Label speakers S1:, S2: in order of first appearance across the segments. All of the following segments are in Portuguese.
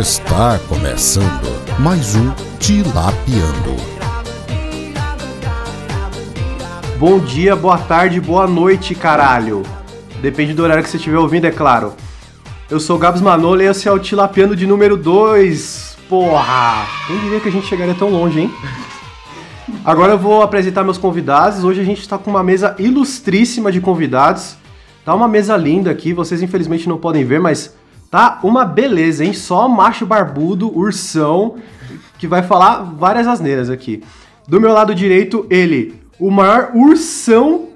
S1: Está começando mais um Tilapiando.
S2: Bom dia, boa tarde, boa noite, caralho. Depende do horário que você estiver ouvindo, é claro. Eu sou o Gabs Manola e esse é o Tilapiano de número 2. Porra! Quem diria que a gente chegaria tão longe, hein? Agora eu vou apresentar meus convidados. Hoje a gente está com uma mesa ilustríssima de convidados. Tá uma mesa linda aqui, vocês infelizmente não podem ver, mas tá uma beleza, hein? Só macho barbudo, ursão, que vai falar várias asneiras aqui. Do meu lado direito, ele, o maior ursão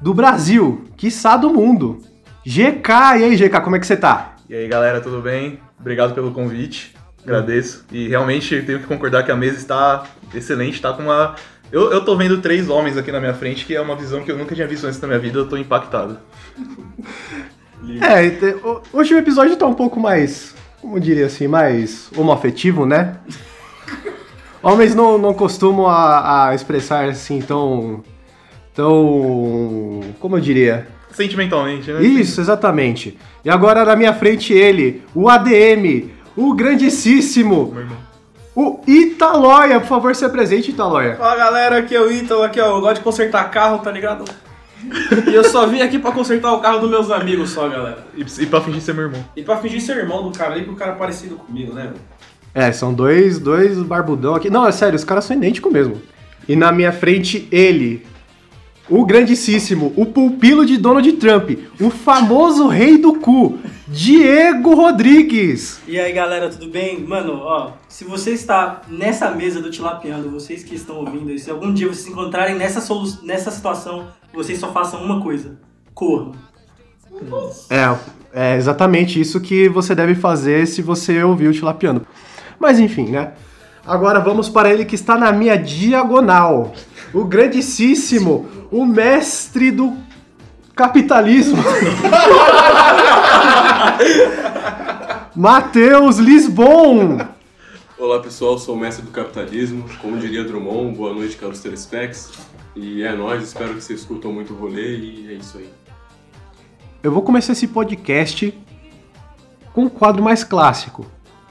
S2: do Brasil, quiçá do mundo. GK, e aí GK, como é que você tá?
S3: E aí galera, tudo bem? Obrigado pelo convite, agradeço. E realmente tenho que concordar que a mesa está excelente, está com uma. Eu, eu tô vendo três homens aqui na minha frente, que é uma visão que eu nunca tinha visto antes na minha vida, eu tô impactado.
S2: É, te- o o último episódio tá um pouco mais, como eu diria assim, mais homoafetivo, né? Homens não, não costumam a, a expressar assim tão. tão. como eu diria?
S3: Sentimentalmente, né?
S2: Isso, exatamente. E agora na minha frente ele, o ADM, o grandissíssimo,
S3: Meu irmão.
S2: o Italoia. Por favor, se apresente, Italoia.
S4: Fala galera, aqui é o Ítalo, aqui ó, eu gosto de consertar carro, tá ligado? e eu só vim aqui pra consertar o carro dos meus amigos só, galera.
S3: E, e pra fingir ser meu irmão.
S4: E pra fingir ser irmão do cara ali, que o cara é parecido comigo, né? velho?
S2: É, são dois, dois barbudão aqui. Não, é sério, os caras são idênticos mesmo. E na minha frente, ele. O grandissíssimo, o pupilo de Donald Trump, o famoso rei do cu, Diego Rodrigues.
S5: E aí galera, tudo bem? Mano, ó, se você está nessa mesa do Tilapiando, vocês que estão ouvindo, e se algum dia vocês se encontrarem nessa, solu- nessa situação, vocês só façam uma coisa: corram.
S2: É, é exatamente isso que você deve fazer se você ouvir o Tilapiano. Mas enfim, né? Agora vamos para ele que está na minha diagonal. O grandissíssimo, o mestre do capitalismo. Matheus Lisbon.
S6: Olá pessoal, sou o mestre do capitalismo, como diria Drummond, boa noite caros telespecs, e é nóis, espero que vocês curtam muito o rolê e é isso aí.
S2: Eu vou começar esse podcast com um quadro mais clássico.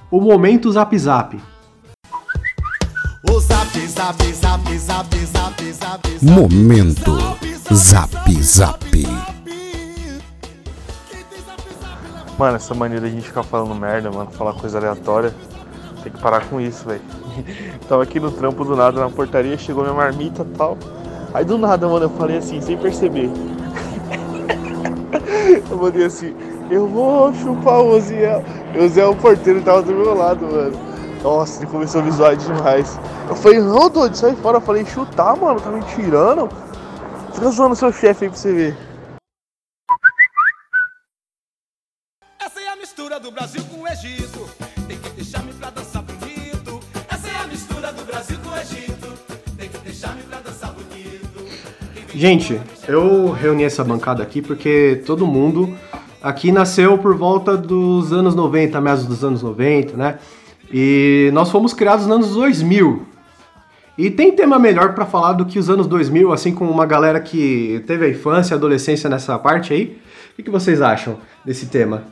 S2: O momento Zap Zap.
S1: Momento Zap Zap.
S7: Mano, essa mania da gente ficar falando merda, mano, falar coisa aleatória, tem que parar com isso, velho. Tava aqui no trampo do nada na portaria, chegou minha marmita e tal. Aí do nada, mano, eu falei assim, sem perceber. eu mandei assim, eu vou chupar o Oziel. E o Zé, o porteiro, tava do meu lado, mano. Nossa, ele começou a me zoar demais. Eu falei, não, doido, sai fora. Eu falei, chutar, mano, tá me tirando. Fica zoando seu chefe aí pra você ver.
S8: Essa é a mistura do Brasil com o Egito. Tem que deixar-me pra dançar bonito. Essa é a mistura do Brasil com o Egito. Tem que deixar-me pra dançar bonito.
S2: Gente, eu reuni essa bancada aqui porque todo mundo aqui nasceu por volta dos anos 90, meados dos anos 90, né? E nós fomos criados nos anos 2000. E tem tema melhor pra falar do que os anos 2000, assim como uma galera que teve a infância, a adolescência nessa parte aí? O que que vocês acham desse tema?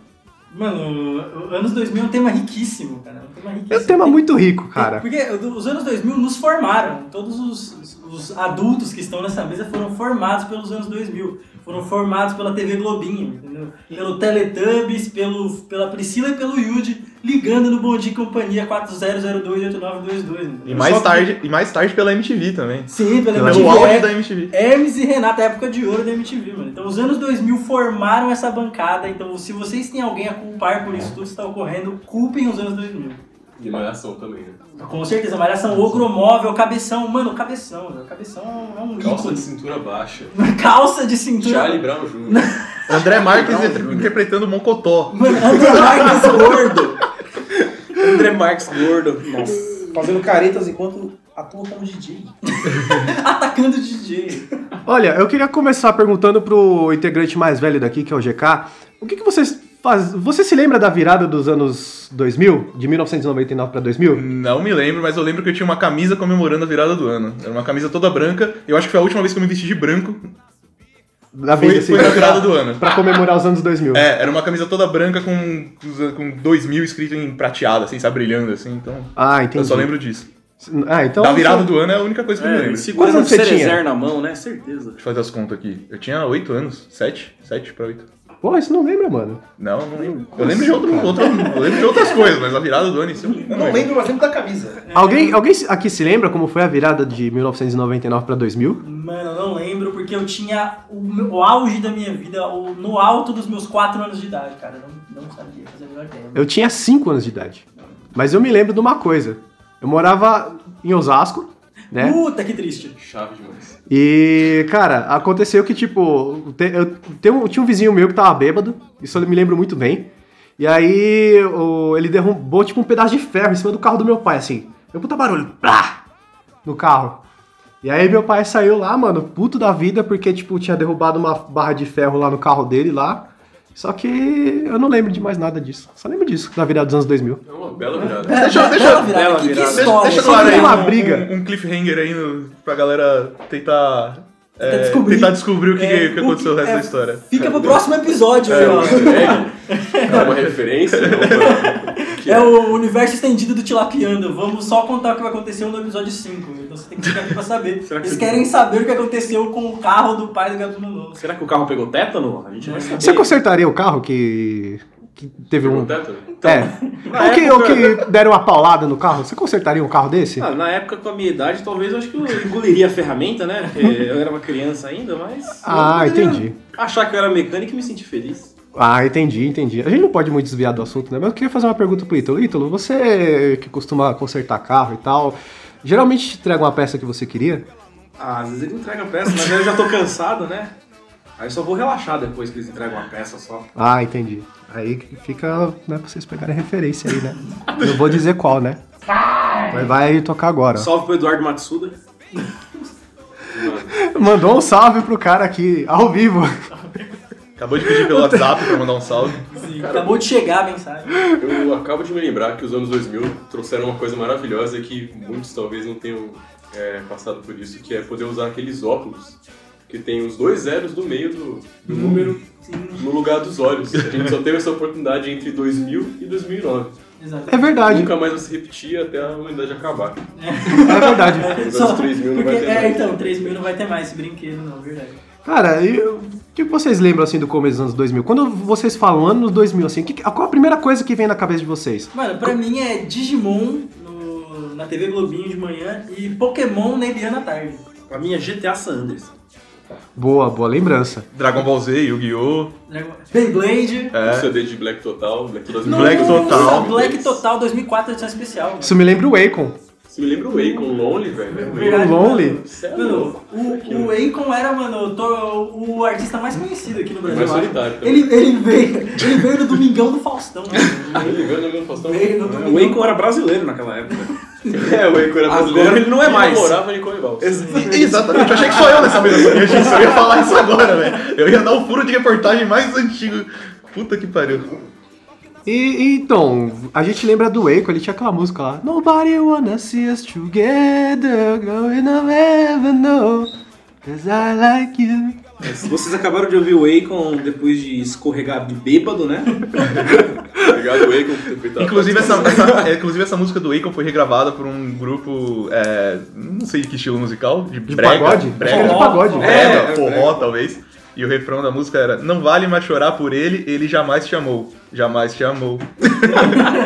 S5: Mano, o- anos 2000 é um tema riquíssimo, cara. É um tema riquíssimo.
S2: É um tema
S5: Tem-
S2: muito rico, cara.
S5: Porque os anos 2000 nos formaram. Todos os, os adultos que estão nessa mesa foram formados pelos anos 2000. Foram formados pela TV Globinho, entendeu? Pelo Teletubbies, pelo, pela Priscila e pelo Yudi, ligando no Bom Dia e Companhia 40028922.
S3: E
S5: entendeu?
S3: mais,
S5: Só-
S3: tarde, e mais tarde pela MTV também.
S5: Sim, pela
S3: Pelo
S5: MTV. É
S3: auge da MTV.
S5: Hermes e Renata, época de ouro da MTV, mano. Então, os anos 2000 formaram essa bancada. Então, se vocês têm alguém a culpar por isso tudo que está ocorrendo, culpem os anos 2000.
S6: E malhação também, né?
S5: Com certeza, Malhação, Ogromóvel, Cabeção. Mano, Cabeção, velho. Cabeção é um
S6: Calça
S5: ícone.
S6: de cintura baixa,
S5: Calça de cintura.
S6: Charlie Brown Jr.
S3: André Marques
S6: Brown
S3: inter-
S6: Jr.
S3: interpretando o Mocotó.
S5: Mano, André Marques gordo.
S4: André Marques gordo. Nossa. Fazendo caretas enquanto atua como DJ.
S5: Atacando o DJ.
S2: Olha, eu queria começar perguntando pro integrante mais velho daqui, que é o GK, o que, que vocês faz... Você se lembra da virada dos anos 2000? De 1999 pra 2000?
S3: Não me lembro, mas eu lembro que eu tinha uma camisa comemorando a virada do ano. Era uma camisa toda branca. Eu acho que foi a última vez assim, né? que eu me vesti de branco.
S2: Da
S3: Foi,
S2: vez assim,
S3: foi na virada do ano.
S2: Pra comemorar os anos 2000.
S3: É, era uma camisa toda branca com, com 2000 escrito em prateado, assim, sabe, brilhando, assim, então...
S2: Ah, entendi.
S3: Eu só lembro disso.
S2: Ah, então.
S3: da virada do ano é a única coisa que eu me lembro. Deixa
S4: Segurando o
S2: anos você tinha?
S4: cerezer na mão, né? Certeza.
S3: eu fazer as contas aqui. Eu tinha 8 anos, 7, 7 pra 8.
S2: Porra, isso não lembra, mano.
S3: Não, não lembro. Eu lembro de, outro, outro- eu lembro de outras coisas, mas a virada do ano em si eu não
S9: Não
S3: lembro.
S9: lembro, mas lembro da camisa.
S2: Alguém, alguém aqui se lembra como foi a virada de 1999 pra 2000?
S5: Mano, eu não lembro, porque eu tinha o, meu- o auge da minha vida o, no alto dos meus 4 anos de idade, cara. Eu não, não sabia fazer a melhor ideia.
S2: Eu tinha 5 anos de idade. Mas eu me lembro de uma coisa. Eu morava em Osasco, né?
S5: Puta que triste.
S6: Chave demais.
S2: E, cara, aconteceu que, tipo, te- eu, tem um- tinha um vizinho meu que tava bêbado, isso eu me lembro muito bem. E aí o- ele derrubou, tipo, um pedaço de ferro em cima do carro do meu pai, assim. Eu puta barulho, plá! No carro. E aí meu pai saiu lá, mano, puto da vida, porque, tipo, tinha derrubado uma barra de ferro lá no carro dele lá. Só que eu não lembro de mais nada disso. Só lembro disso, da virada dos anos 2000.
S6: É uma bela virada.
S3: Deixa, eu- deixa, eu-
S5: Bela virada,
S6: é
S4: bela
S5: que, que
S4: virada.
S5: história.
S3: deixa
S5: isso.
S3: claro aí
S2: uma
S3: um-
S2: briga.
S3: Um, um cliffhanger aí no, pra galera tentar... é,
S5: descobrir.
S3: tentar descobrir o que,
S5: É,
S3: que, que
S5: o
S3: aconteceu o
S5: que-
S3: resto
S5: é,
S3: da história.
S5: Fica pro próximo episódio, aí,
S6: É um
S5: ó.
S6: easter egg? É uma referência? É uma- que
S5: É o universo estendido do Tilapiando. Vamos só contar o que vai acontecer no episódio 5. Então você tem que ficar aqui pra saber.
S4: Será que
S5: Eles
S4: você-
S5: querem saber o que aconteceu com o carro do pai do Gabriel Manoel.
S4: Será que o carro pegou tétano? A gente vai saber.
S2: Você consertaria o carro que, que teve um...
S6: Teto, né?
S2: é.
S4: na
S2: Ou que, ou
S4: época-
S2: que deram uma paulada no carro. Você consertaria um carro desse?
S4: Ah, na época, com a minha idade, talvez eu acho que eu engoliria a ferramenta, né? Porque eu era uma criança ainda, mas.
S2: Ah,
S4: eu poderia
S2: entendi.
S4: Achar que eu era mecânico e me sentir feliz.
S2: Ah, entendi, entendi. A gente não pode muito desviar do assunto, né? Mas eu queria fazer uma pergunta pro Ítalo. Ítalo, você que costuma consertar carro e tal, geralmente te entrega uma peça que você queria?
S4: Ah, às vezes ele entrega a peça, mas aí eu já tô cansado, né? Aí eu só vou relaxar depois que eles entregam a peça só.
S2: Ah, entendi. Aí que fica, né, pra vocês pegarem a referência aí, né? Eu vou dizer qual, né? Mas vai tocar agora.
S4: Salve pro Eduardo Matsuda.
S2: Mandou um salve pro cara aqui, ao vivo.
S3: Acabou de pedir pelo WhatsApp pra mandar um salve.
S5: Acabou de chegar a mensagem.
S6: Eu acabo de me lembrar que os anos 2000 trouxeram uma coisa maravilhosa que muitos talvez não tenham é, passado por isso, que é poder usar aqueles óculos que tem os dois zeros no meio do, do número no lugar dos olhos. A gente só teve essa oportunidade entre 2000 e 2009.
S5: Exato.
S2: É verdade,
S6: Nunca mais vai se repetir até a humanidade acabar.
S2: é verdade.
S5: Só-
S6: 3 mil não vai
S5: porque-
S6: ter
S5: é,
S6: mais.
S5: então, 3 mil não vai ter mais esse brinquedo, não, verdade.
S2: Cara, e o que vocês lembram assim do começo dos anos 2000? Quando vocês falam anos 2000, assim, que- qual a primeira coisa que vem na cabeça de vocês?
S5: Mano, pra mim é Digimon no- na TV Globinho de manhã e Pokémon na Eliana à tarde.
S4: é A minha GTA San Andreas.
S2: Boa, boa lembrança.
S3: Dragon Ball Z, Yu-Gi-Oh!
S5: Dragon- Beyblade.
S6: O CD de Black Total, Black Total
S3: Black Total.
S5: Black Total 2004 edição especial. mano.
S2: Isso me lembra o Akon.
S6: Você me lembra o Akon Lonely, velho. né?
S5: Verdade,
S2: Lonely?
S5: mano.
S6: Cê é
S5: Mano,
S6: louco.
S5: o, o Akon era, mano, eu tô- o artista mais conhecido aqui no Brasil.
S6: é Mais
S5: eu acho.
S6: solitário também.
S5: Ele, ele, veio, ele veio no Domingão do Faustão, né?
S6: Ele é um veio no meu Faustão.
S5: Veio no
S4: O
S5: Domingão.
S4: Akon era brasileiro naquela época.
S6: É, o Akon era
S4: Agora
S6: brasileiro.
S4: ele não é mais.
S6: Ele morava em Coimbal.
S3: Exatamente, eu achei que sou eu nessa mesa. Eu achei que eu ia falar isso agora, velho. Eu ia dar o furo de reportagem mais antigo. Puta que pariu.
S2: E, e, então, a gente lembra do Akon, ele tinha aquela música lá. Nobody wanna see us together, going to ever know, cause I like you.
S4: Vocês acabaram de ouvir o Akon depois de escorregar bêbado, né?
S6: Obrigado, Tá Akon, por ter feito a
S3: Inclusive essa, essa- é, inclusive, essa música do Akon foi regravada por um grupo. é, não sei de que estilo musical. De,
S2: De
S3: brega,
S2: pagode? Acho que
S3: Brega,
S2: era de pagode.
S3: Brega,
S4: É, é
S3: forró,
S4: brega.
S3: talvez. E o refrão da música era: Não vale mais chorar por ele, ele jamais te amou. Jamais te amou.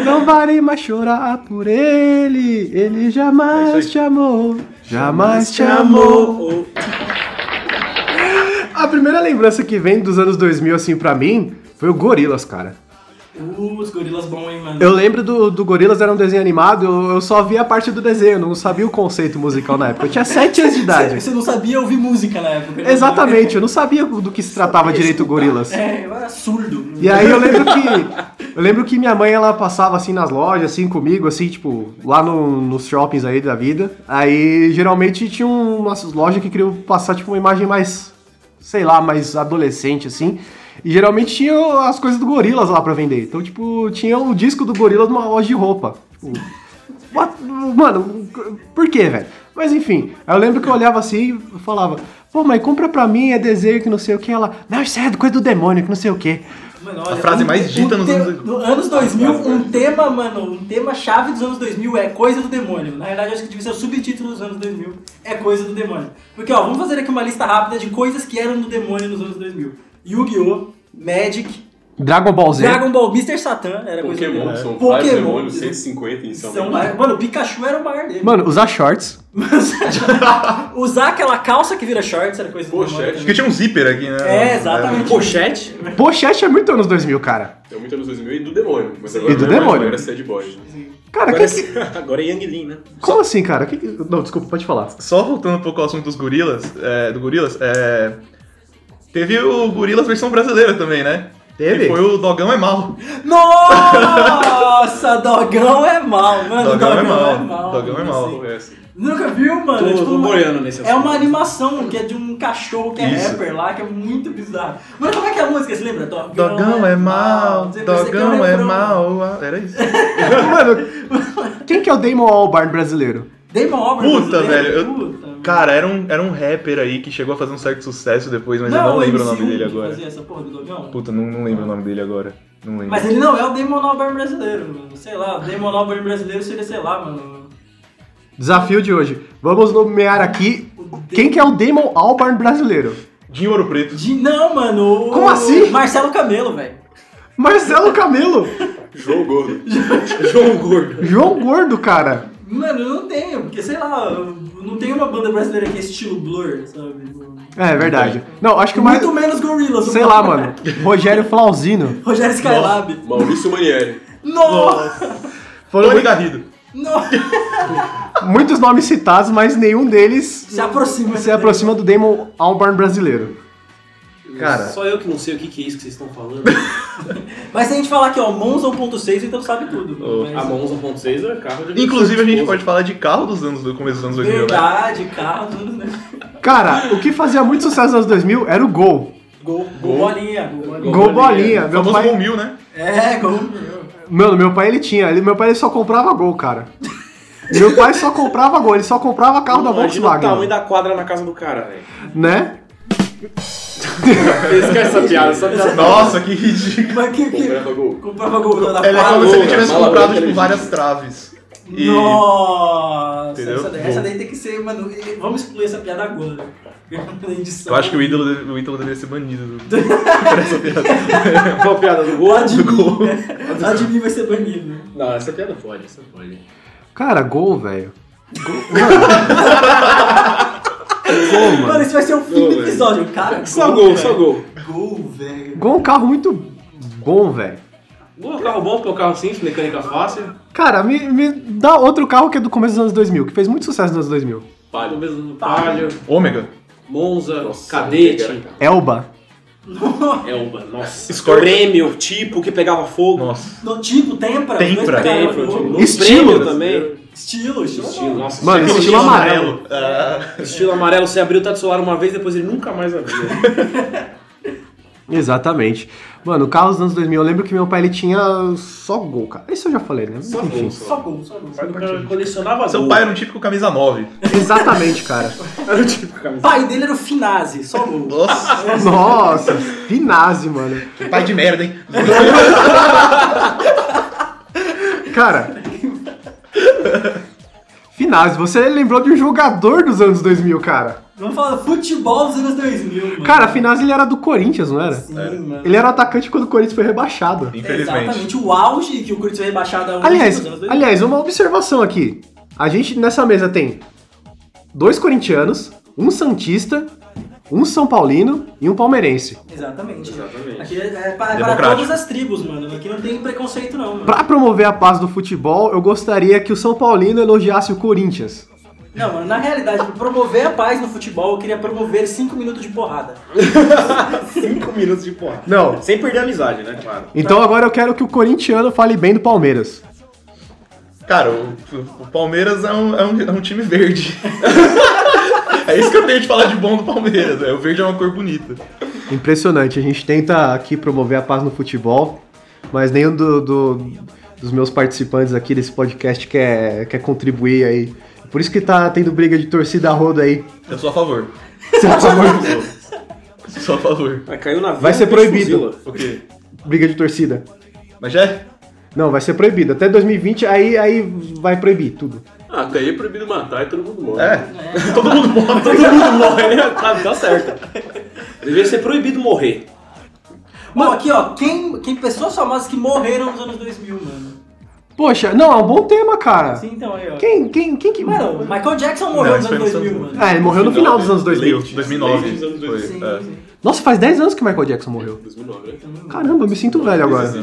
S2: Não vale mais chorar por ele, ele
S3: É
S2: jamais
S3: isso aí.
S2: te amou, jamais te amou. A primeira lembrança que vem dos anos 2000, assim, pra mim, foi o Gorilas, cara.
S5: Uh, os gorilas bom, hein, mano.
S2: Eu lembro do, do Gorilas, era um desenho animado, eu, eu só via a parte do desenho, eu não sabia o conceito musical na época. Eu tinha 7 anos de
S5: Você,
S2: idade.
S5: você não sabia ouvir música na época. né?
S2: Exatamente, eu não sabia do que se tratava direito o Gorilas.
S5: É, eu era surdo.
S2: E aí eu lembro que. Eu lembro que minha mãe ela passava assim nas lojas, assim, comigo, assim, tipo, lá no- nos shoppings aí da vida. Aí geralmente tinha um, umas lojas que queriam passar, tipo, uma imagem mais, sei lá, mais adolescente, assim. E geralmente tinha as coisas do Gorilas lá pra vender. Então, tipo, tinha o disco do Gorilas numa loja de roupa. Tipo, what- Mano, por quê, velho? Mas enfim, aí eu lembro que eu olhava assim e falava, Pô, mas compra pra mim, é desejo que não sei o que. Ela, não, isso é coisa do demônio, que não sei o que.
S5: Mano, um
S3: A frase mais dita nos
S5: te-
S3: anos-
S5: no anos 2000, um tema, mano, um tema chave dos anos 2000 é coisa do demônio. Na verdade, eu acho que devia ser o subtítulo dos anos 2000, é coisa do demônio. Porque, ó, vamos fazer aqui uma lista rápida de coisas que eram do demônio nos anos 2000. Yu-Gi-Oh!, Magic,
S2: Dragon Ball Z.
S5: Dragon Ball, Mr. Satan, era coisa do
S6: Pokémon,
S5: demônio.
S6: são vários
S5: É. Pokémon,
S6: demônios, 150 em São
S5: são
S6: Paulo.
S5: mais- Mano, o Pikachu era o maior dele.
S2: Mano, usar shorts.
S5: Usar aquela calça que vira shorts era coisa do
S6: Pochete.
S5: demônio.
S3: Acho
S5: também.
S3: que tinha um zíper aqui, né?
S5: É, exatamente.
S4: Pochete?
S2: Pochete é muito anos 2000, cara.
S6: É muito anos 2000 e do demônio. Mas agora
S2: E do
S6: não é mais,
S2: demônio.
S6: Agora é sad boy.
S2: Cara,
S4: Agora,
S2: que- que-
S4: é- agora é Yang Lin, né?
S2: como assim, cara? Que que- Não, desculpa, pode falar.
S3: Só voltando um pouco ao assunto dos gorilas, é, do gorilas, é, teve o gorilas versão brasileira também, né?
S2: Teve?
S3: Que foi o Dogão é Mal.
S5: Nossa, Dogão é mal, mano.
S3: Dogão, é Mal.
S5: mano,
S3: Dogão é Mal.
S5: assim.
S6: Qual é essa?
S5: Nunca viu, mano?
S4: Tô-
S5: é tipo
S4: tô
S5: uma-
S4: boiando nesse
S5: É uma
S4: assunto.
S5: animação que é de um cachorro que é
S3: Isso.
S5: rapper lá, que é muito bizarro. Mano, como é que é a música? Você lembra? Dogão,
S3: Dogão é mal,
S5: não sei o que, eu sei que um
S3: Dogão é
S5: refrão.
S3: mal. ah, Era isso.
S2: Mano, quem que é o Damon Albarn brasileiro?
S5: Damon Albarn.
S3: Puta,
S5: brasileiro,
S3: velho. eu-
S5: Puta,
S3: Cara, era um, era um rapper aí que chegou a fazer um certo sucesso depois, mas eu não
S5: o
S3: lembro o
S5: MC1
S3: nome dele
S5: que
S3: agora.
S5: fazia essa porra do Dogão?
S3: Puta, não, não lembro o nome dele agora. Não lembro.
S5: Mas ele não é o Damon Albarn brasileiro, mano. Sei lá, o Damon Albarn brasileiro seria, sei lá, mano.
S2: Desafio de hoje. Vamos nomear aqui quem que é o Damon Albarn brasileiro.
S3: Dinho Ouro Preto.
S5: De... Não, mano. o-
S2: Como assim?
S5: Marcelo Camelo, velho.
S2: Marcelo Camelo.
S6: João Gordo.
S4: João Gordo.
S2: João Gordo, cara.
S5: Mano, eu não tenho, porque sei lá, eu não tem uma banda brasileira que é estilo Blur, sabe?
S2: É, é verdade. Não, acho que o mais...
S5: Muito menos Gorillaz.
S2: Sei lá, mano. Rogério Flauzino.
S5: Rogério Skylab.
S6: Maurício Manieri.
S5: Nossa!
S2: Foram
S3: Tony
S2: muito-
S3: Garrido.
S5: Nossa!
S2: muitos nomes citados, mas nenhum deles
S5: Se aproxima.
S2: se aproxima do Damon Albarn brasileiro. Cara,
S4: Só eu que não sei o que, que é isso que vocês estão falando.
S5: Mas se a gente falar aqui, ó, Monza 1.6, então sabe tudo.
S4: a
S5: Mas-
S4: Monza 1.6 é carro de...
S3: Inclusive, a gente pode falar de carro dos anos do começo dos anos 2000, né?
S5: Verdade, carro, tudo, né?
S2: cara, o que fazia muito sucesso nos anos 2000 era o gol.
S5: Gol, gol, bolinha, gol, bolinha.
S2: Gol bolinha. Meu
S3: O famoso Gol
S2: pai,
S3: Mil, né?
S5: É, gol.
S2: mano, meu pai ele tinha. Ele, meu pai ele só comprava gol, cara. Meu pai só comprava gol, ele só comprava carro Ah, da
S4: Imagina o tamanho
S2: Volkswagen.
S4: da quadra na casa do cara, velho.
S2: Né?
S4: Esquece essa piada, essa piada.
S3: Nossa, que ridículo.
S5: Mas que que.
S6: Comprava gol.
S5: Comprava gol tá da
S3: Ela é como
S5: Fala.
S3: se ele tivesse
S6: Malandro
S3: comprado tipo,
S6: inteligente.
S3: várias traves. E
S5: Nossa,
S3: Entendeu?
S5: essa daí, essa daí tem que ser, mano. Vamos excluir essa piada agora.
S3: eu acho que o ídolo, deve- o ídolo deveria ser banido.
S4: Qual a piada do
S5: O
S4: gol?
S5: Admin, né? Admin vai ser banido.
S4: Não, essa piada pode, essa pode.
S2: Cara, gol, velho.
S5: Mano, esse vai ser o fim do episódio, cara.
S4: Só gol,
S5: velho.
S4: só gol.
S5: Gol, velho.
S2: Gol é um carro muito bom, velho.
S4: Gol é um carro bom, porque é um carro simples, mecânica fácil.
S2: Cara, me, me dá outro carro que é do começo dos anos 2000, que fez muito sucesso nos anos 2000.
S4: Palio. Mesmo no Palio,
S3: Ômega.
S4: Monza,
S6: Nossa,
S4: Cadete,
S6: que legal,
S2: Elba.
S4: Elba, É nossa.
S3: Escort.
S4: Prêmio, tipo, que pegava fogo.
S3: Nossa.
S5: No tipo, tempra.
S3: Tempra.
S5: dois pra caralho,
S4: Tempra,
S5: gol.
S4: tipo,
S2: Estilo.
S4: prêmio também.
S5: Estilo, estilo.
S4: Estilo, nossa,
S2: Mano,
S4: estilo,
S2: estilo amarelo.
S3: Ah,
S4: estilo amarelo, você abriu o teto solar uma vez, depois ele nunca mais abriu.
S2: Exatamente. Mano, carro dos anos 2000, eu lembro que meu pai ele tinha só gol, cara. Isso eu já falei, né? Só Enfim.
S5: Só gol, só gol. só
S4: O
S5: gol.
S4: cara colecionava
S3: seu
S4: gol.
S3: pai era um típico camisa 9.
S2: Exatamente, cara.
S4: era o tipo camisa.
S5: Pai dele era o Finazzi, só gol.
S3: Nossa,
S2: Nossa, Finazzi, mano.
S3: que pai de merda, hein?
S2: Cara. Finazzi, você lembrou de um jogador dos anos 2000, cara.
S5: Vamos falar futebol dos anos 2000, mano.
S2: Cara, Finazzi ele era do Corinthians, não era?
S5: Sim, mano.
S2: Ele era o atacante quando o Corinthians foi rebaixado.
S3: Infelizmente.
S5: Exatamente, o auge que o Corinthians foi rebaixado há uns
S2: Aliás,
S5: anos, anos 2000.
S2: aliás, uma observação aqui. A gente nessa mesa tem dois corintianos, um santista, um são paulino e um palmeirense.
S5: Exatamente.
S6: Exatamente.
S5: Aqui é, é para, para
S3: Democrático.
S5: todas as tribos, mano. Aqui não tem preconceito, não, mano.
S2: Pra promover a paz do futebol, eu gostaria que o São Paulino elogiasse o Corinthians.
S5: Não, mano, na realidade, pra promover a paz no futebol, eu queria promover 5 minutos de porrada.
S4: 5 minutos de porra.
S2: Não.
S4: Sem perder a amizade, né, claro.
S2: Então agora eu quero que o corintiano fale bem do Palmeiras.
S3: Cara, o, o Palmeiras é um, é um- é um time verde. é isso que eu tenho de falar de bom do Palmeiras. né? O verde é uma cor bonita.
S2: Impressionante, a gente tenta aqui promover a paz no futebol, mas nenhum do- do- dos meus participantes aqui desse podcast quer, quer contribuir aí. Por isso que tá tendo briga de torcida a roda aí.
S3: Eu sou a favor. Só favor. Só favor.
S6: Ah, caiu na
S2: Vai ser proibido.
S3: O quê?
S2: Briga de torcida.
S3: Mas já é?
S2: Não, vai ser proibido. Até 2020, aí, aí vai proibir tudo.
S6: Ah, até aí é proibido matar e todo mundo morre.
S3: É. Todo mundo morre.
S6: Todo mundo morre, tá,
S4: então,
S6: tá certo. Deveria ser proibido morrer.
S5: Mano, aqui ó, quem, quem pessoas famosas que morreram nos anos 2000, mano.
S2: Poxa, não, é um bom tema, cara.
S5: Sim, então aí ó.
S2: Quem, quem, quem que...
S5: Mano, Michael Jackson morreu
S3: Não,
S5: nos
S3: isso
S5: anos
S3: foi nos
S5: 2000,
S3: anos-
S5: mano.
S2: Ah, ele morreu no final
S3: é
S2: dos anos 2000.
S3: Late, 2009.
S6: Late dos anos
S3: foi,
S6: 2000.
S5: Ah,
S3: é.
S2: Nossa, faz 10 anos que Michael Jackson morreu.
S6: 2009, né?
S2: Caramba, eu me sinto velho agora.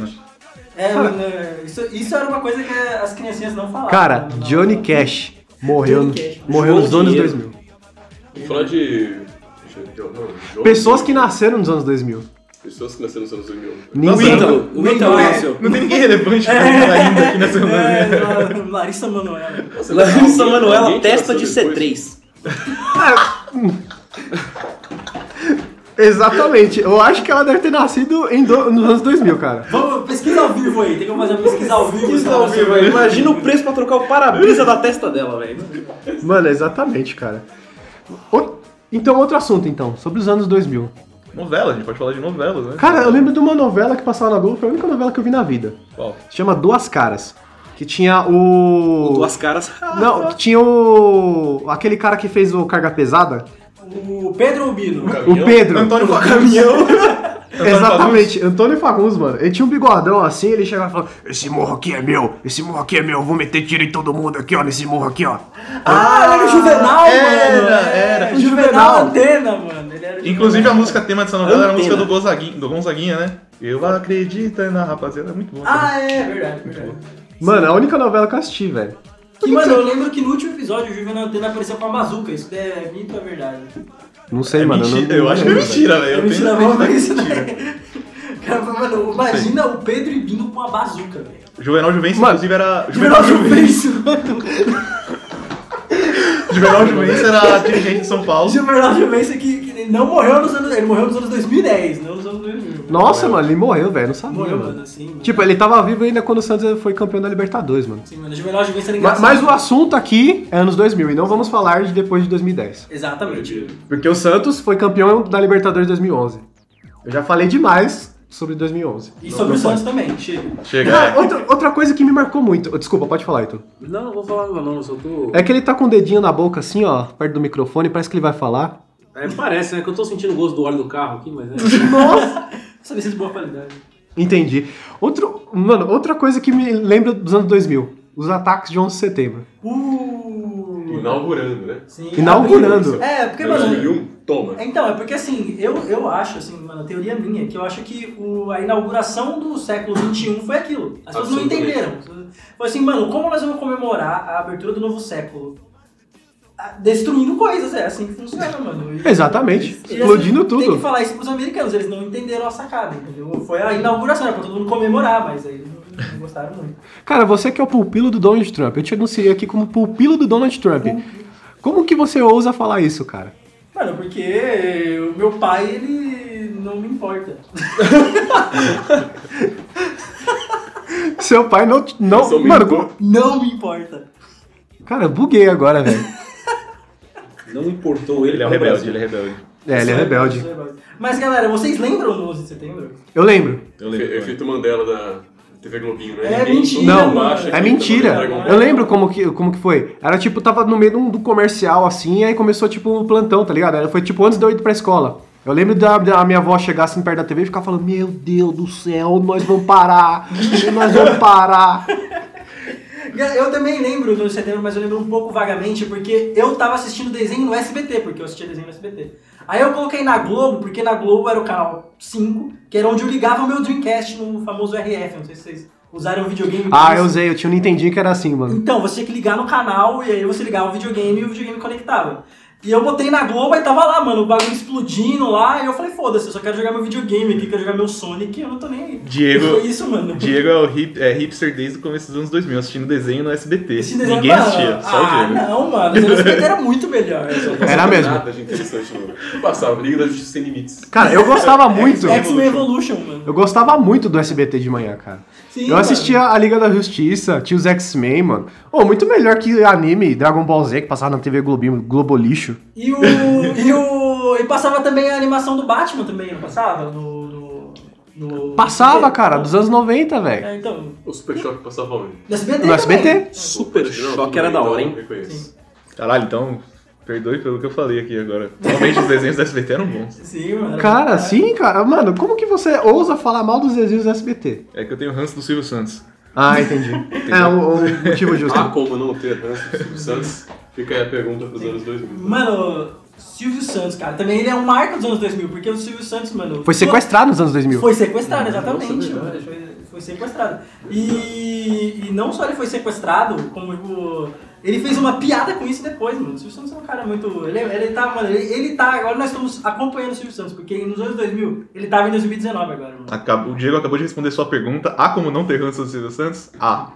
S5: É, mano, é, isso, isso era uma coisa que as criancinhas não falavam.
S2: Cara,
S5: Não, não,
S2: Johnny
S5: não.
S2: Cash morreu,
S5: Johnny Cash.
S2: morreu nos anos 2000.
S6: Vou falar de... deixa eu ver, não, jogo.
S2: Pessoas que nasceram nos anos 2000.
S6: Pessoas que nasceram nos anos 2000.
S3: Nossa,
S2: Ninguém.
S3: não, então.
S4: O Ítalo
S5: Neymar.
S4: nasceu.
S3: não tem ninguém relevante pra
S2: É.
S3: falar ainda aqui nessa reunião.
S5: É, não, Larissa Manoela.
S6: Nossa,
S4: Larissa
S6: alguém-
S4: Manoela,
S6: alguém que
S4: testa de
S6: nasceu depois-
S4: C3.
S2: Exatamente. Eu acho que ela deve ter nascido em do- nos anos 2000, cara.
S5: Vamos, pesquisa ao vivo aí, tem que fazer uma pesquisa ao vivo.
S4: Isso ao vivo, velho. Imagina o preço pra trocar o para-brisa da testa dela, velho.
S2: Mano, exatamente, cara. O- Então, outro assunto, então, sobre os anos 2000.
S3: Novela, a gente pode falar de novela, né?
S2: Cara, eu lembro de uma novela que passava na Globo, foi a única novela que eu vi na vida.
S3: Qual?
S2: Se chama Duas Caras. Que tinha o.
S4: Duas caras.
S2: Não, que tinha o. Aquele cara que fez o Carga Pesada.
S5: assim. O Pedro Albino.
S2: O Pedro.
S3: Antônio com caminhão.
S2: Exatamente, Antônio Fagundes, mano. Ele tinha um bigodão assim, ele chegava e falava: Esse morro aqui é meu, esse morro aqui é meu, eu vou meter tiro em todo mundo aqui, ó, nesse morro aqui, ó.
S5: Ah, ele era o Juvenal,
S3: era,
S5: mano. É,
S3: era.
S5: O Juvenal Antena, mano. Ele era o
S3: Inclusive a
S5: Juvenal.
S3: música tema dessa novela era a música
S4: Antena.
S3: do Gonzaguinha, do Gonzaguinha, né? Eu acredito na rapaziada, é muito bom.
S5: Ah, é, verdade, verdade.
S2: Mano, a única novela que eu assisti, velho.
S5: Que, mano, eu lembro que no último episódio o Juvenal Antena apareceu com a bazuca. Isso é mito ou é verdade?
S2: Não sei,
S3: É
S2: mano.
S3: mentira,
S2: não-
S3: eu acho que é
S2: não-
S3: mentira, velho.
S5: É
S3: Eu tenho
S5: mentira
S3: prova
S5: mesmo,
S3: que é
S5: isso
S3: mentira.
S5: daí. Cara, mano, imagina o Pedro e Bino com a bazuca, velho.
S3: Juvenal Juvencio,
S2: Mano,
S3: inclusive, era.
S5: Juvenal
S3: Juvenal Juvencio.
S5: Juvencio, mano.
S3: Juvenal Juvencio era dirigente de São Paulo.
S5: Juvenal Juvencio que, que ele não morreu nos anos... Ele morreu nos anos 2010, não nos anos 2000.
S2: Nossa, mano, ele morreu, velho, não sabia.
S5: um. Morreu,
S2: mano.
S5: mano, assim. mano.
S2: Tipo, ele tava vivo ainda quando o Santos foi campeão da Libertadores, mano.
S5: Sim, mano, Juvenal Juvencio era
S2: Ma- Mas,
S5: engraçado.
S2: o assunto aqui é anos 2000 e não vamos falar de depois de 2010.
S5: Exatamente.
S2: Porque o Santos foi campeão da Libertadores 2011. Eu já falei demais sobre 2011.
S5: E sobre o Santos também, chega.
S3: Chega.
S2: Ah,
S3: é.
S2: outra, outra coisa que me marcou muito. oh, Desculpa, pode falar, Ito.
S4: Não, não vou falar nada não, eu só tô...
S2: É que ele tá com o dedinho na boca, assim, ó, perto do microfone, parece que ele vai falar.
S4: É, parece, né? Que eu tô sentindo o gosto do óleo do carro aqui, mas é...
S5: Saber se é de boa qualidade.
S2: Entendi. Outro, mano, outra coisa que me lembra dos anos 2000. Os ataques de 11 de setembro.
S5: Uh!
S6: Inaugurando, né?
S5: Sim.
S2: Inaugurando.
S5: É, porque, mano.
S6: 2001, toma.
S5: Então, é porque assim, eu, eu acho, assim, mano, a teoria minha, que eu acho que o- a inauguração do século XXI foi aquilo. As pessoas não
S6: Absolutamente.
S5: entenderam. Foi assim, mano, como nós vamos comemorar a abertura do novo século? Ah, Destruindo coisas, é assim que funciona, mano. E-
S2: Exatamente.
S5: E, assim,
S2: Explodindo
S5: Tem que
S2: tudo.
S5: falar isso pros americanos, eles não entenderam a sacada, entendeu? Foi a inauguração, era pra todo mundo comemorar, mas aí eles não, não gostaram muito.
S2: Cara, você que é o pupilo do Donald Trump. Eu te anunciei aqui como pupilo do Donald Trump. Como que você ousa falar isso, cara?
S5: Mano, porque o meu pai, ele não me importa.
S2: Seu pai não.
S6: Eu sou
S2: não
S6: muito
S2: mano,
S6: bom.
S2: como-
S5: Não me importa.
S2: cara, eu buguei agora, velho.
S4: Não importou ele.
S3: Ele é um
S4: para o
S3: rebelde,
S4: Brasil.
S3: ele é rebelde.
S2: É, ele é
S5: Sou
S2: rebelde.
S5: sou rebelde. Mas galera, vocês lembram do 11 de setembro?
S2: Eu lembro. é.
S3: Eu
S6: Efe-
S3: lembro.
S6: Efeito Mandela da TV Globinho, né?
S5: É
S6: Ninguém-
S5: mentira,
S6: todo
S2: Não,
S6: mundo
S5: mano.
S6: acha que
S2: É
S6: ele
S2: mentira.
S6: tá no Dragon
S2: Eu lembro como que, como que foi. Era tipo, tava no meio de um- do comercial assim, aí começou tipo um plantão, tá ligado? Era- Foi tipo antes de eu ir pra escola. Eu lembro da, da minha avó chegar assim perto da TV e ficar falando: Meu Deus do céu, nós vamos parar, nós vamos parar.
S5: Eu também lembro do 11 de setembro, mas eu lembro um pouco vagamente, porque eu tava assistindo desenho no SBT, porque eu assistia desenho no SBT. Aí eu coloquei na Globo, porque na Globo era o canal 5, que era onde eu ligava o meu Dreamcast no famoso RF, não sei se vocês usaram o videogame.
S2: Ah, eu usei, eu tinha não entendi que era assim, mano.
S5: Então, você tinha que ligar no canal e aí você ligava o videogame e o videogame conectava. E eu botei na Globo e tava lá, mano, o bagulho explodindo lá. E eu falei, foda-se, eu só quero jogar meu videogame aqui, quero jogar meu Sonic, eu não tô nem aí.
S3: Diego-
S5: Foi isso, mano.
S3: Diego é, o hip, é hipster desde o começo dos anos 2000, assistindo desenho no SBT.
S5: Esse desenho-
S3: Ninguém
S5: mano,
S3: assistia, só
S5: ah,
S3: o Diego.
S5: não, mano, o SBT era muito melhor.
S6: Não
S2: Era
S6: passava
S2: mesmo.
S6: Nada de interessante, não. Não Passava Liga da Justiça Sem Limites. É,
S2: Cara, eu gostava muito.
S5: X-Men Evolution, mano.
S2: Eu gostava muito do SBT de manhã, cara.
S4: Sim,
S2: eu assistia a Liga da Justiça, tinha os X-Men, mano. Ô, muito melhor que anime Dragon Ball Z que passava na TV Globinho, Globo Lixo.
S5: E o. e o. E passava também a animação do Batman também, não passava? No. no, no-
S2: Passava,
S5: SBT?
S2: cara, dos anos 90, velho.
S5: É, então.
S6: O Super Choque passava onde?
S5: No SBT.
S2: No
S5: É, também.
S2: SBT.
S4: Super
S6: Não, tudo
S4: choque
S6: bem,
S4: era da
S6: então,
S4: hora, hein?
S6: Reconheço.
S3: Caralho, então, perdoe pelo que eu falei aqui agora. Realmente os desenhos da SBT eram bons.
S5: Sim, mano. É.
S2: Cara, sim, cara. Mano, como que você ousa falar mal dos desenhos do SBT?
S3: É que eu tenho ranço do Silvio Santos.
S2: Ah, entendi. é um, um motivo justo.
S6: Ah, como não ter ranço do Silvio Santos? Fica aí a pergunta pros anos 2000.
S5: Mano, Silvio Santos, cara. Também ele é um marco dos anos 2000, porque o Silvio Santos, mano.
S2: Foi sequestrado nos anos 2000.
S5: Foi sequestrado, exatamente. mano. Foi, foi sequestrado. E, e não só ele foi sequestrado, como tipo, ele fez uma piada com isso depois, mano. O Silvio Santos é um cara muito. Ele, ele tá, mano, ele, ele tá. Agora nós estamos acompanhando o Silvio Santos, porque nos anos 2000, ele tava em 2019 agora,
S2: Tá
S5: mano.
S3: Acab- O Diego acabou de responder sua pergunta. Há como não ter ranço do Silvio Santos? Há.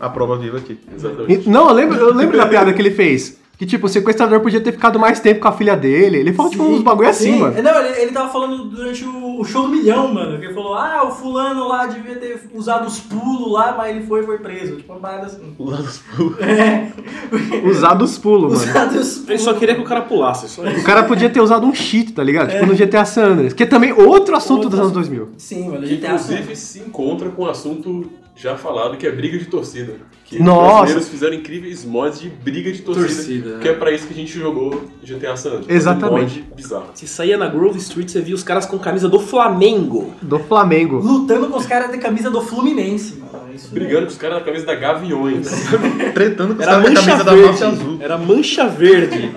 S3: A prova viva aqui.
S6: Exatamente.
S2: E- Não, eu lembro, eu lembro da piada que ele fez. Que, tipo, o sequestrador podia ter ficado mais tempo com a filha dele. Ele falou, tipo,
S5: Sim,
S2: uns bagulho assim,
S5: sim.
S2: mano.
S5: Não, ele, ele tava falando durante o, o show do milhão, mano. Que ele falou, ah, o fulano lá devia ter usado os pulos lá, mas ele foi e foi preso. Tipo, uma parada assim.
S3: O lado dos pulos.
S5: É.
S2: Usado os pulos, mano.
S5: Usado os
S4: Ele
S5: pulos.
S4: só queria que o cara pulasse, só isso.
S2: O cara podia ter usado um cheat, tá ligado? Tipo no GTA San Andreas. Que é também outro assunto
S5: Outro
S2: dos anos 2000.
S5: Sim, mano,
S6: Que,
S5: GTA
S6: inclusive, se encontra com um assunto já falado, que é briga de torcida. Que
S2: Nossa.
S6: os brasileiros fizeram incríveis mods de briga de torcida.
S4: Torcida,
S6: que é pra isso que a gente jogou GTA San Andreas.
S2: Exatamente.
S6: Um mod bizarro.
S4: Você saía na Grove Street, você via os caras com camisa do Flamengo.
S2: Do Flamengo.
S5: lutando com os caras de camisa do Fluminense, mano. Isso
S6: Brigando com os caras na camisa da Gaviões.
S3: Tretando com os
S4: Era
S3: caras da
S4: mancha
S3: camisa da
S4: verde.
S3: Máfia Azul.
S4: Era mancha verde.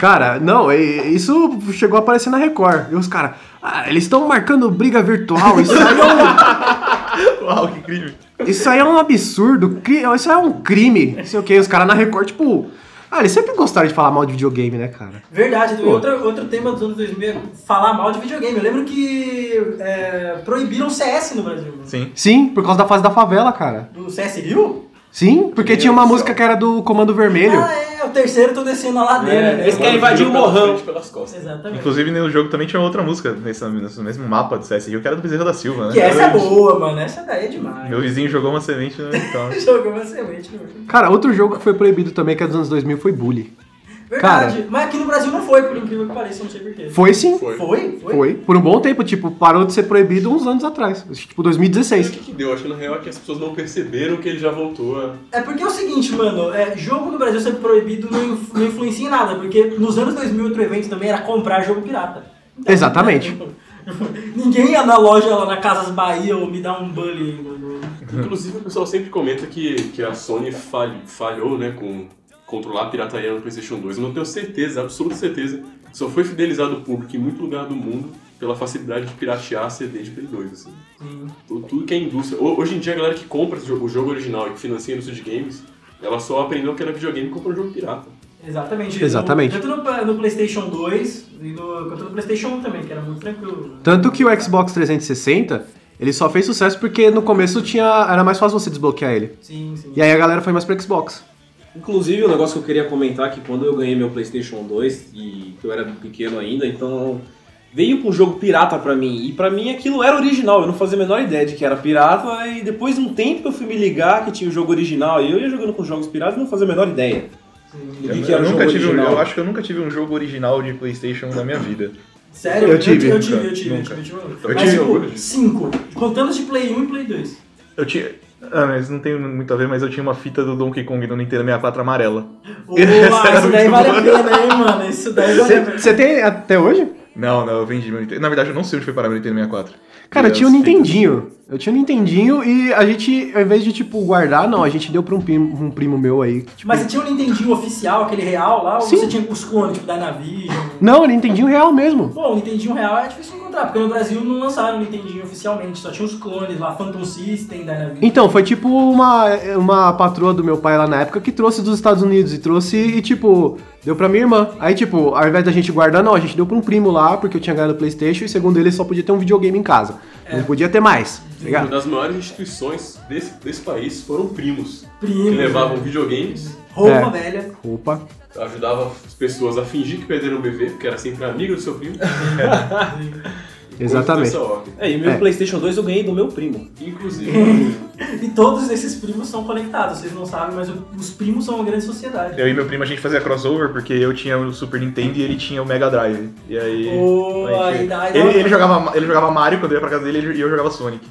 S2: Cara, não, e- isso chegou a aparecer na Record. E os caras, ah, eles estão marcando briga virtual. Isso aí, é
S3: Uau, que incrível.
S2: um, isso aí é um absurdo. cri- Isso aí é um crime. Não sei o que. Os caras na Record, tipo. Ah, eles sempre gostaram de falar mal de videogame, né, cara?
S5: Verdade, outro, outro tema dos anos 2000 é falar mal de videogame. Eu lembro que é, proibiram CS no Brasil. mano.
S3: Sim.
S2: Sim, por causa da fase da favela, cara.
S5: Do CS Rio?
S2: Sim, porque tinha uma música que era do Comando Vermelho.
S5: Ah, é, o terceiro tô descendo a ladeira.
S4: é. Eles querem
S6: Mano,
S4: invadir o
S6: tiro pela
S4: morrão.
S6: frente, pelas costas.
S5: Exatamente.
S3: Inclusive, no jogo também tinha outra música nesse, nesse mesmo mapa do CS Rio, que era do Bezerra da Silva, né?
S5: que essa é boa, mano. Essa daí é demais.
S3: Meu vizinho jogou uma semente no então.
S5: Jogou uma semente. mano.
S2: Cara, outro jogo que foi proibido também, que é dos anos 2000, foi Bully.
S5: Verdade. Mas aqui no Brasil não foi, por incrível que pareça, não sei porquê.
S2: Foi sim.
S6: Foi.
S5: Foi? Foi?
S2: Foi. Por um bom tempo, tipo, parou de ser proibido uns anos atrás. Tipo,
S6: Mas o
S2: 2016.
S6: que, que deu? Acho que na real é que as pessoas não perceberam que ele já voltou a.
S5: É porque é o seguinte, mano, é, jogo no Brasil ser proibido não, inf- não influencia em nada, porque nos anos 2000 outro evento também era comprar jogo pirata.
S2: Exatamente.
S5: Ninguém ia na loja lá na Casas Bahia ou me dar um bully. mano.
S6: Inclusive, o pessoal sempre comenta que, que a Sony falh- falhou, né, com controlar a pirataria no PlayStation 2. Eu não tenho certeza, absoluta certeza, que só foi fidelizado o público em muito lugar do mundo pela facilidade de piratear CD de Play 2, assim. Tudo, tudo que é indústria. Ho- Hoje em dia, a galera que compra o jogo- o jogo original e que financia a indústria de games, ela só aprendeu que era videogame e comprou um jogo pirata.
S5: Exatamente.
S2: Exatamente.
S5: No- tanto no, no PlayStation 2 e no, quanto no PlayStation 1 também, que era muito tranquilo. né?
S2: Tanto que o Xbox 360, ele só fez sucesso porque no começo tinha era mais fácil você desbloquear ele.
S5: Sim, sim.
S2: E aí a galera foi mais pro Xbox.
S4: Inclusive, o negócio que eu queria comentar é que quando eu ganhei meu PlayStation 2 e que eu era pequeno ainda, então veio um jogo pirata pra mim. E pra mim aquilo era original, eu não fazia a menor ideia de que era pirata. E depois de um tempo eu fui me ligar que tinha o jogo original e eu ia jogando com jogos piratas e não fazia a menor ideia. do
S3: Eu,
S4: que que era
S3: eu
S4: o
S3: nunca
S4: jogo
S3: tive um-
S4: original.
S3: eu acho que eu nunca tive um jogo original de Playstation na minha vida.
S5: Sério?
S2: Eu tive,
S5: Eu tive,
S3: nunca,
S5: eu tive, eu
S3: nunca.
S5: tive. Eu tive,
S3: Eu
S5: Mas,
S3: tive
S5: tipo,
S6: orgulho disso.
S5: cinco. Contando os de Play 1 e Play 2.
S3: Eu tinha. Ah, mas não tem muito a ver, mas eu tinha uma fita do Donkey Kong do Nintendo 64 amarela.
S5: Boa, isso daí vale a pena, hein, mano? Isso daí vale a pena.
S2: Você tem até hoje?
S3: Não, não, eu vendi meu Nintendo. Na verdade, eu não sei onde foi parar meu Nintendo 64.
S2: Cara, eu
S3: As
S2: tinha o
S3: fitas.
S2: Nintendinho. Eu tinha o Nintendinho e a gente, ao invés de, tipo, guardar, não, a gente deu pra um primo, um primo meu aí. que, tipo,
S5: Mas você tinha o Nintendinho oficial, aquele real lá, ou
S2: Sim.
S5: você tinha os clones, tipo, da Navision?
S2: Não, o Nintendinho é real mesmo.
S5: Bom, o Nintendinho real é difícil de encontrar, porque no Brasil não lançaram o Nintendinho oficialmente, só tinha os clones lá, Phantom System, da Navision.
S2: Então, foi tipo uma, uma patroa do meu pai lá na época que trouxe dos Estados Unidos e trouxe e, tipo, deu pra minha irmã. Aí, tipo, ao invés da gente guardar, não, a gente deu pra um primo lá, porque eu tinha ganhado o Playstation e, segundo ele, só podia ter um videogame em casa. Não podia ter mais, tá
S6: Uma
S2: ligado?
S6: das maiores instituições desse, desse país foram primos, que um-
S5: Primo,
S6: levavam videogames
S5: né? roupa
S2: É.
S5: velha.
S2: Opa.
S6: ajudava as pessoas a fingir que perderam o bebê, porque era sempre amiga do seu primo.
S2: Exatamente.
S6: Nessa ordem.
S4: É, e meu
S2: É.
S4: PlayStation 2 eu ganhei do meu primo.
S6: Inclusive,
S5: E todos esses primos são conectados, vocês não sabem, mas o- os primos são uma grande sociedade.
S3: Eu e meu primo a gente fazia crossover porque eu tinha o Super Nintendo e ele tinha o Mega Drive. E aí.
S5: Ô,
S3: a
S5: aí
S3: gente-
S5: dá- aí dá-
S3: ele, ele jogava, ele jogava Mario quando eu ia pra casa dele e eu jogava Sonic.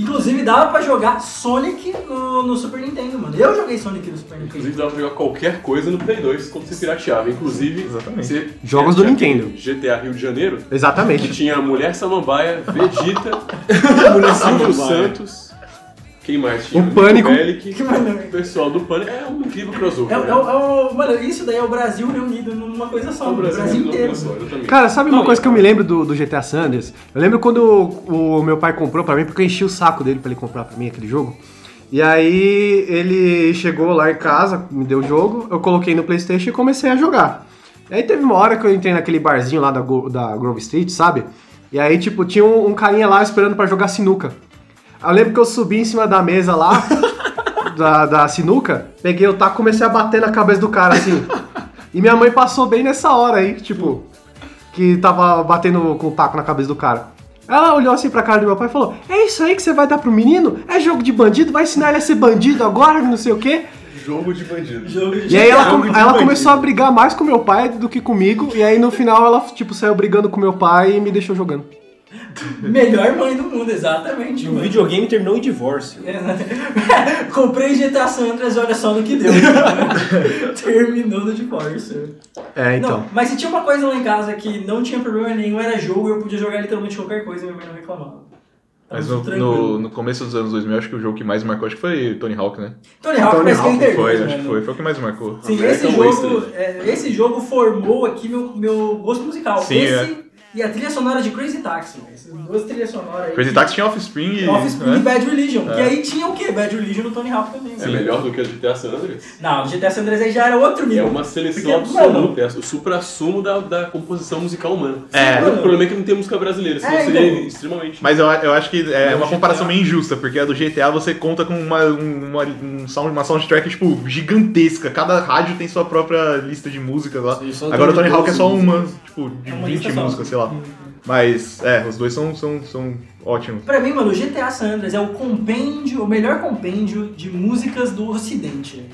S5: Inclusive, dava pra jogar Sonic no, no Super Nintendo, mano. Eu joguei Sonic no Super Nintendo.
S6: inclusive dava pra jogar qualquer coisa no Play 2 quando você pirateava. Inclusive,
S3: Exatamente.
S6: você
S2: Jogos do
S6: tinha
S2: Nintendo.
S6: GTA Rio de Janeiro, que
S2: Exatamente.
S6: tinha Mulher Samambaia, Vegeta, Silvio Santos. Quem mais tinha?
S2: O Pânico.
S6: Melick,
S5: Que maneiro.
S6: o pessoal do Pânico. É um incrível
S5: É,
S6: crossover.
S5: é,
S6: né?
S5: é o, mano, isso daí é o Brasil reunido numa coisa só,
S6: O
S5: mano, é o
S6: Brasil é um
S5: Brasil
S6: não
S5: inteiro.
S6: pensou, exatamente.
S2: Cara, sabe
S4: Não,
S2: uma coisa
S4: e-
S2: que eu me lembro do, do GTA Sanders? Eu lembro quando o, o meu pai comprou pra mim, porque eu enchi o saco dele pra ele comprar pra mim aquele jogo. E aí ele chegou lá em casa, me deu o jogo, eu coloquei no Playstation e comecei a jogar. E aí teve uma hora que eu entrei naquele barzinho lá da, Go- da Grove Street, sabe? E aí, tipo, tinha um, um carinha lá esperando pra jogar sinuca. Eu lembro que eu subi em cima da mesa lá, da, da sinuca, peguei o taco e comecei a bater na cabeça do cara, assim. E minha mãe passou bem nessa hora aí, tipo, que tava batendo com o taco na cabeça do cara. Ela olhou assim pra cara do meu pai e falou: É isso aí que você vai dar pro menino? É jogo de bandido? Vai ensinar ele a ser bandido agora? Não sei o quê.
S6: Jogo de bandido.
S2: E aí ela, com- ela começou a brigar mais com meu pai do que comigo. E aí no final ela, tipo, saiu brigando com meu pai e me deixou jogando.
S5: Melhor mãe do mundo, exatamente.
S4: E o
S5: mano.
S4: Um videogame terminou em divórcio.
S5: É, Comprei GTA San Andreas, olha só no que deu. Terminou no divórcio.
S2: É,
S3: então.
S5: Não, mas se tinha uma coisa lá em casa que não tinha problema nenhum, era jogo, eu podia jogar literalmente qualquer coisa e minha mãe não reclamava. Tava
S3: Mas no,
S5: tudo Tá tranquilo.
S3: no- no começo dos anos 2000, acho que o jogo que mais marcou acho que foi Tony Hawk, né?
S5: Tony Hawk
S2: Tony
S5: pra skater.
S3: Foi, acho
S5: né,
S3: que
S5: mano?
S3: foi. Foi um o que mais marcou.
S5: Sim,
S6: American
S5: esse jogo,
S6: Wasteland.
S5: é, esse jogo formou aqui meu, meu gosto musical.
S3: Sim, é.
S5: esse e a trilha sonora de Crazy Taxi. né? Essas duas trilhas sonoras aí.
S3: Crazy Taxi tinha Offspring e.
S5: Offspring e
S3: né?
S5: Bad Religion. Que aí tinha o quê? Bad Religion no Tony Hawk também.
S6: É
S5: né?
S6: melhor do que a GTA San Andreas?
S5: Não, o GTA San Andreas aí já era outro
S6: É
S5: nível.
S6: uma seleção
S5: Porque, mano,
S6: absoluta, é o supra-sumo da, da composição musical humana.
S3: É.
S6: O problema é que não tem música brasileira, senão
S5: É,
S6: seria
S5: então.
S6: extremamente.
S3: Mas eu, eu acho que é uma
S6: GTA.
S3: comparação meio injusta, porque a do GTA você conta com uma, um- uma, um sound, uma soundtrack, tipo, gigantesca. Cada rádio tem sua própria lista de músicas lá.
S4: Sim, são
S3: Agora o Tony
S4: 12
S3: Hawk é só uma, tipo, de
S5: É uma
S3: 20
S5: lista só.
S3: músicas, sei lá. Mas, é, os dois são, são, são ótimos.
S5: Pra mim, mano, o GTA San Andreas é o compêndio, o melhor compêndio de músicas do Ocidente.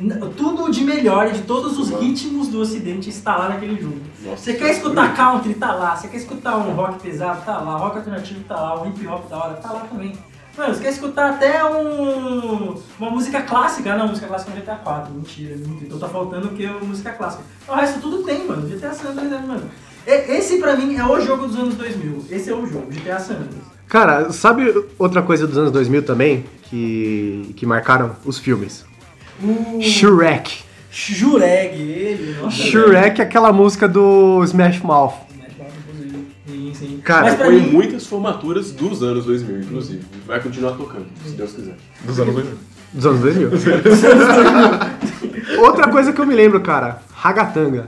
S5: N- Tudo de melhor e de todos os ritmos do Ocidente está lá naquele jogo.
S6: Nossa, tá
S5: Você quer escutar country, tá lá. Você quer escutar um rock pesado, tá lá. Rock alternativo, tá lá. Um hip hop da hora, tá lá também. Mano, você quer escutar até um, uma música clássica? Ah, Não, música clássica é GTA 4. Mentira, muito. então tá faltando o que é música clássica. O resto tudo tem, mano. GTA San Andreas, né, mano. E- Esse pra mim é o jogo dos anos 2000. Esse é o jogo, GTA San Andreas.
S2: Cara, sabe outra coisa dos anos 2000 também? Que, que marcaram os filmes:
S5: O
S2: Shrek.
S5: Jureg, ele, nossa.
S2: Shrek é aquela música do Smash Mouth.
S5: velho. Sim, sim.
S2: Cara,
S5: Mas pra
S6: Foi em
S5: mim,
S6: muitas formaturas dos anos 2000, inclusive. Vai continuar tocando, se Deus quiser.
S3: Dos anos 2000.
S2: Dos anos 2000. Outra coisa que eu me lembro, cara. Ragatanga.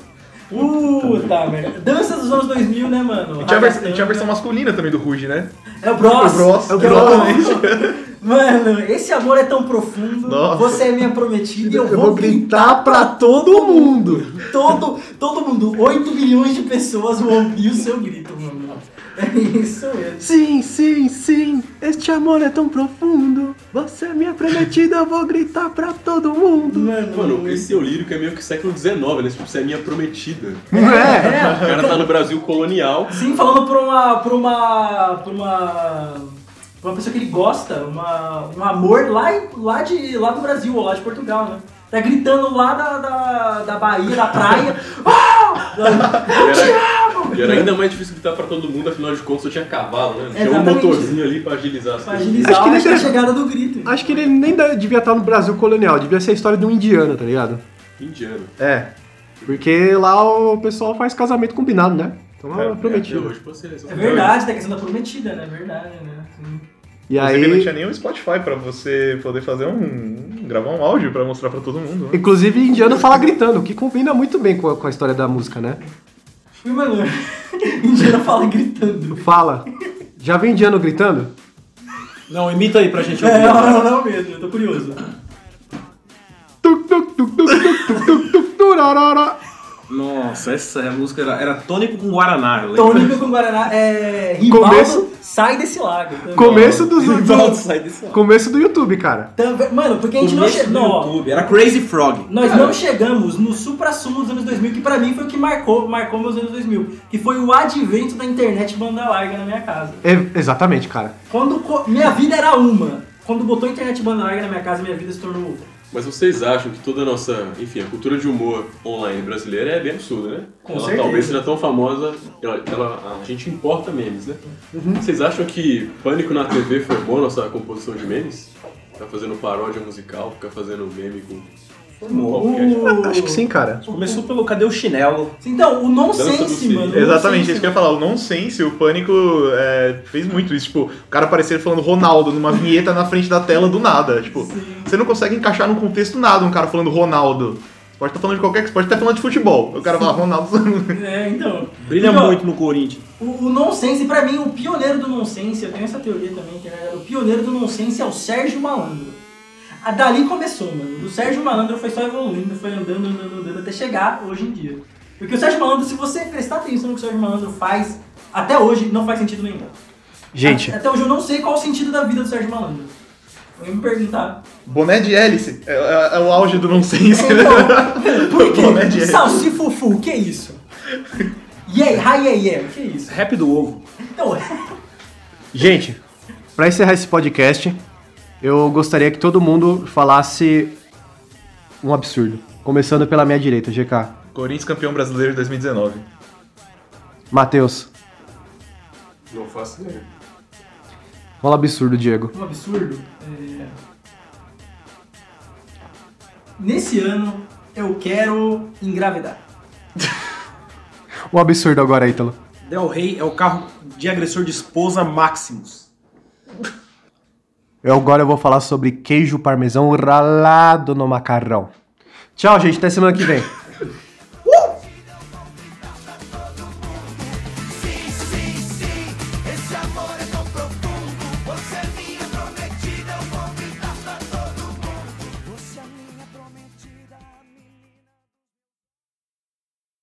S5: puta merda. Dança dos anos 2000, né, mano?
S3: E tinha, a vers-
S5: Ragatanga.
S3: tinha a versão masculina também do Ruge, né?
S5: É o Bros.
S3: O Bros,
S5: que
S3: exatamente.
S5: Mano, esse amor é tão profundo.
S3: Nossa.
S5: Você é minha prometida e eu, vou gritar.
S2: pra todo mundo.
S5: Todo, todo mundo, 8 milhões de pessoas vão ouvir o seu grito, mano. É isso mesmo.
S2: Sim, sim, sim. Este amor é tão profundo. Você é minha prometida, eu vou gritar pra todo mundo.
S5: Mano,
S6: Mano, esse eu lírico é meio que século XIX, né? Tipo, você é minha prometida.
S2: Não é?
S6: O cara tá no Brasil colonial.
S5: Sim, falando pra uma. pra uma. pra uma. pra uma pessoa que ele gosta, uma, um amor lá, em- lá, de, lá do Brasil, ou lá de Portugal, né? Tá gritando lá da, da, da Bahia, da praia. Ah!
S6: E era, e era ainda mais difícil gritar pra todo mundo, afinal de contas eu tinha cavalo, né? Tinha um
S5: Exatamente.
S6: motorzinho ali pra agilizar as
S5: Pra
S6: coisas.
S5: agilizar
S2: Acho que
S5: acho
S2: ele
S5: que a
S2: deve-
S5: chegada do grito.
S2: Acho que ele nem da- devia estar no Brasil colonial, devia ser a história de um indiano, tá ligado?
S6: Indiano.
S2: É. Porque lá o pessoal faz casamento combinado, né? Então é,
S3: É,
S6: Até
S2: prometido.
S6: hoje você. um
S5: É verdade, tem a questão da prometida, né? É verdade, né? Sim.
S2: E
S3: Inclusive, não
S2: aí.
S3: tinha nem o Spotify pra você poder fazer um. gravar um áudio pra mostrar pra todo mundo. né?
S2: Inclusive, indiano fala gritando, o que combina muito bem com a- com a história da música, né?
S5: Fui, mano. Indiana fala gritando.
S2: Fala. Já vem indiano gritando?
S4: Não, imita aí pra gente
S5: É,
S4: ouvir.
S5: não, não, não mesmo, eu tô curioso.
S2: Tuc, tuc, tuc, tuc, tuc, tuc, tuc, tuc, turarara.
S4: Nossa, essa música era, era tônico com Guaraná, eu lembro.
S5: Tônico com Guaraná é. Ribaldo,
S2: Começo-
S5: sai desse lago.
S2: Começo dos-
S4: Volta,
S2: do,
S4: sai desse lado.
S2: começo do YouTube, cara.
S5: Também- Mano, porque a gente não
S4: Começo
S5: chegou.
S4: do
S5: não, ó,
S4: YouTube, era Crazy Frog.
S5: Nós não chegamos no supra-sumo dos anos 2000, que pra mim foi o que marcou, marcou meus anos 2000, que foi o advento da internet banda larga na minha casa.
S2: É- exatamente, cara.
S5: Quando co- minha vida era uma, quando botou internet banda larga na minha casa, minha vida se tornou outra.
S6: Mas vocês acham que toda a nossa, enfim, a cultura de humor online brasileira é bem absurda, né?
S5: Com
S6: ela
S5: certeza.
S6: talvez seja tão famosa, ela, ela- a gente importa memes, né?
S5: Uhum.
S6: Vocês acham que Pânico na TV formou nossa composição de memes? Ficar fazendo paródia musical, ficar fazendo meme com... qualquer tipo.
S2: Acho que sim, cara.
S4: Começou pelo Cadê o Chinelo?
S5: Então, o
S6: Dança do
S5: nonsense,
S6: Cid.
S5: mano. o
S3: Exatamente,
S5: nonsense-
S3: isso que eu ia falar. O nonsense, o pânico é, fez muito isso. Tipo, o cara aparecer falando Ronaldo numa vinheta na frente da tela do nada. Tipo,
S5: é um
S3: você não consegue encaixar num contexto nada um cara falando Ronaldo. Você pode estar falando de qualquer coisa, pode estar falando de futebol. O cara fala Ronaldo.
S5: É, então.
S4: Brilha
S5: Então,
S4: muito no Corinthians.
S5: O, o nonsense, pra mim, o pioneiro do nonsense, eu tenho essa teoria também, que né, o pioneiro do nonsense é o Sérgio Malandro. A, dali começou, mano. O Sérgio Malandro foi só evoluindo, foi andando, andando, andando, até chegar hoje em dia. Porque o Sérgio Malandro, se você prestar atenção no que o Sérgio Malandro faz, até hoje não faz sentido nenhum.
S2: Gente,
S5: A- até hoje eu não sei qual o sentido da vida do Sérgio Malandro. Eu ia me perguntar.
S3: Boné de hélice. É, é- é o auge do nonsense. né?
S5: Então, por
S3: Boné de
S5: quê?
S3: hélice.
S5: Salsifufu, que é isso? Yeah, hi, yeah, yeah, que é isso?
S4: Rap do ovo.
S5: Então,
S2: gente, pra encerrar esse podcast, eu gostaria que todo mundo falasse um absurdo. Começando pela minha direita, GK.
S3: Corinthians campeão brasileiro de 2019.
S2: Matheus,
S6: Não faço ideia.
S2: fala absurdo, Diego.
S5: um absurdo. é, Nesse ano eu quero engravidar.
S2: Um absurdo agora, Ítalo.
S4: Del Rey é o carro de agressor de esposa Maximus.
S2: Eu agora eu vou falar sobre queijo parmesão ralado no macarrão. Tchau, gente. Até semana que vem.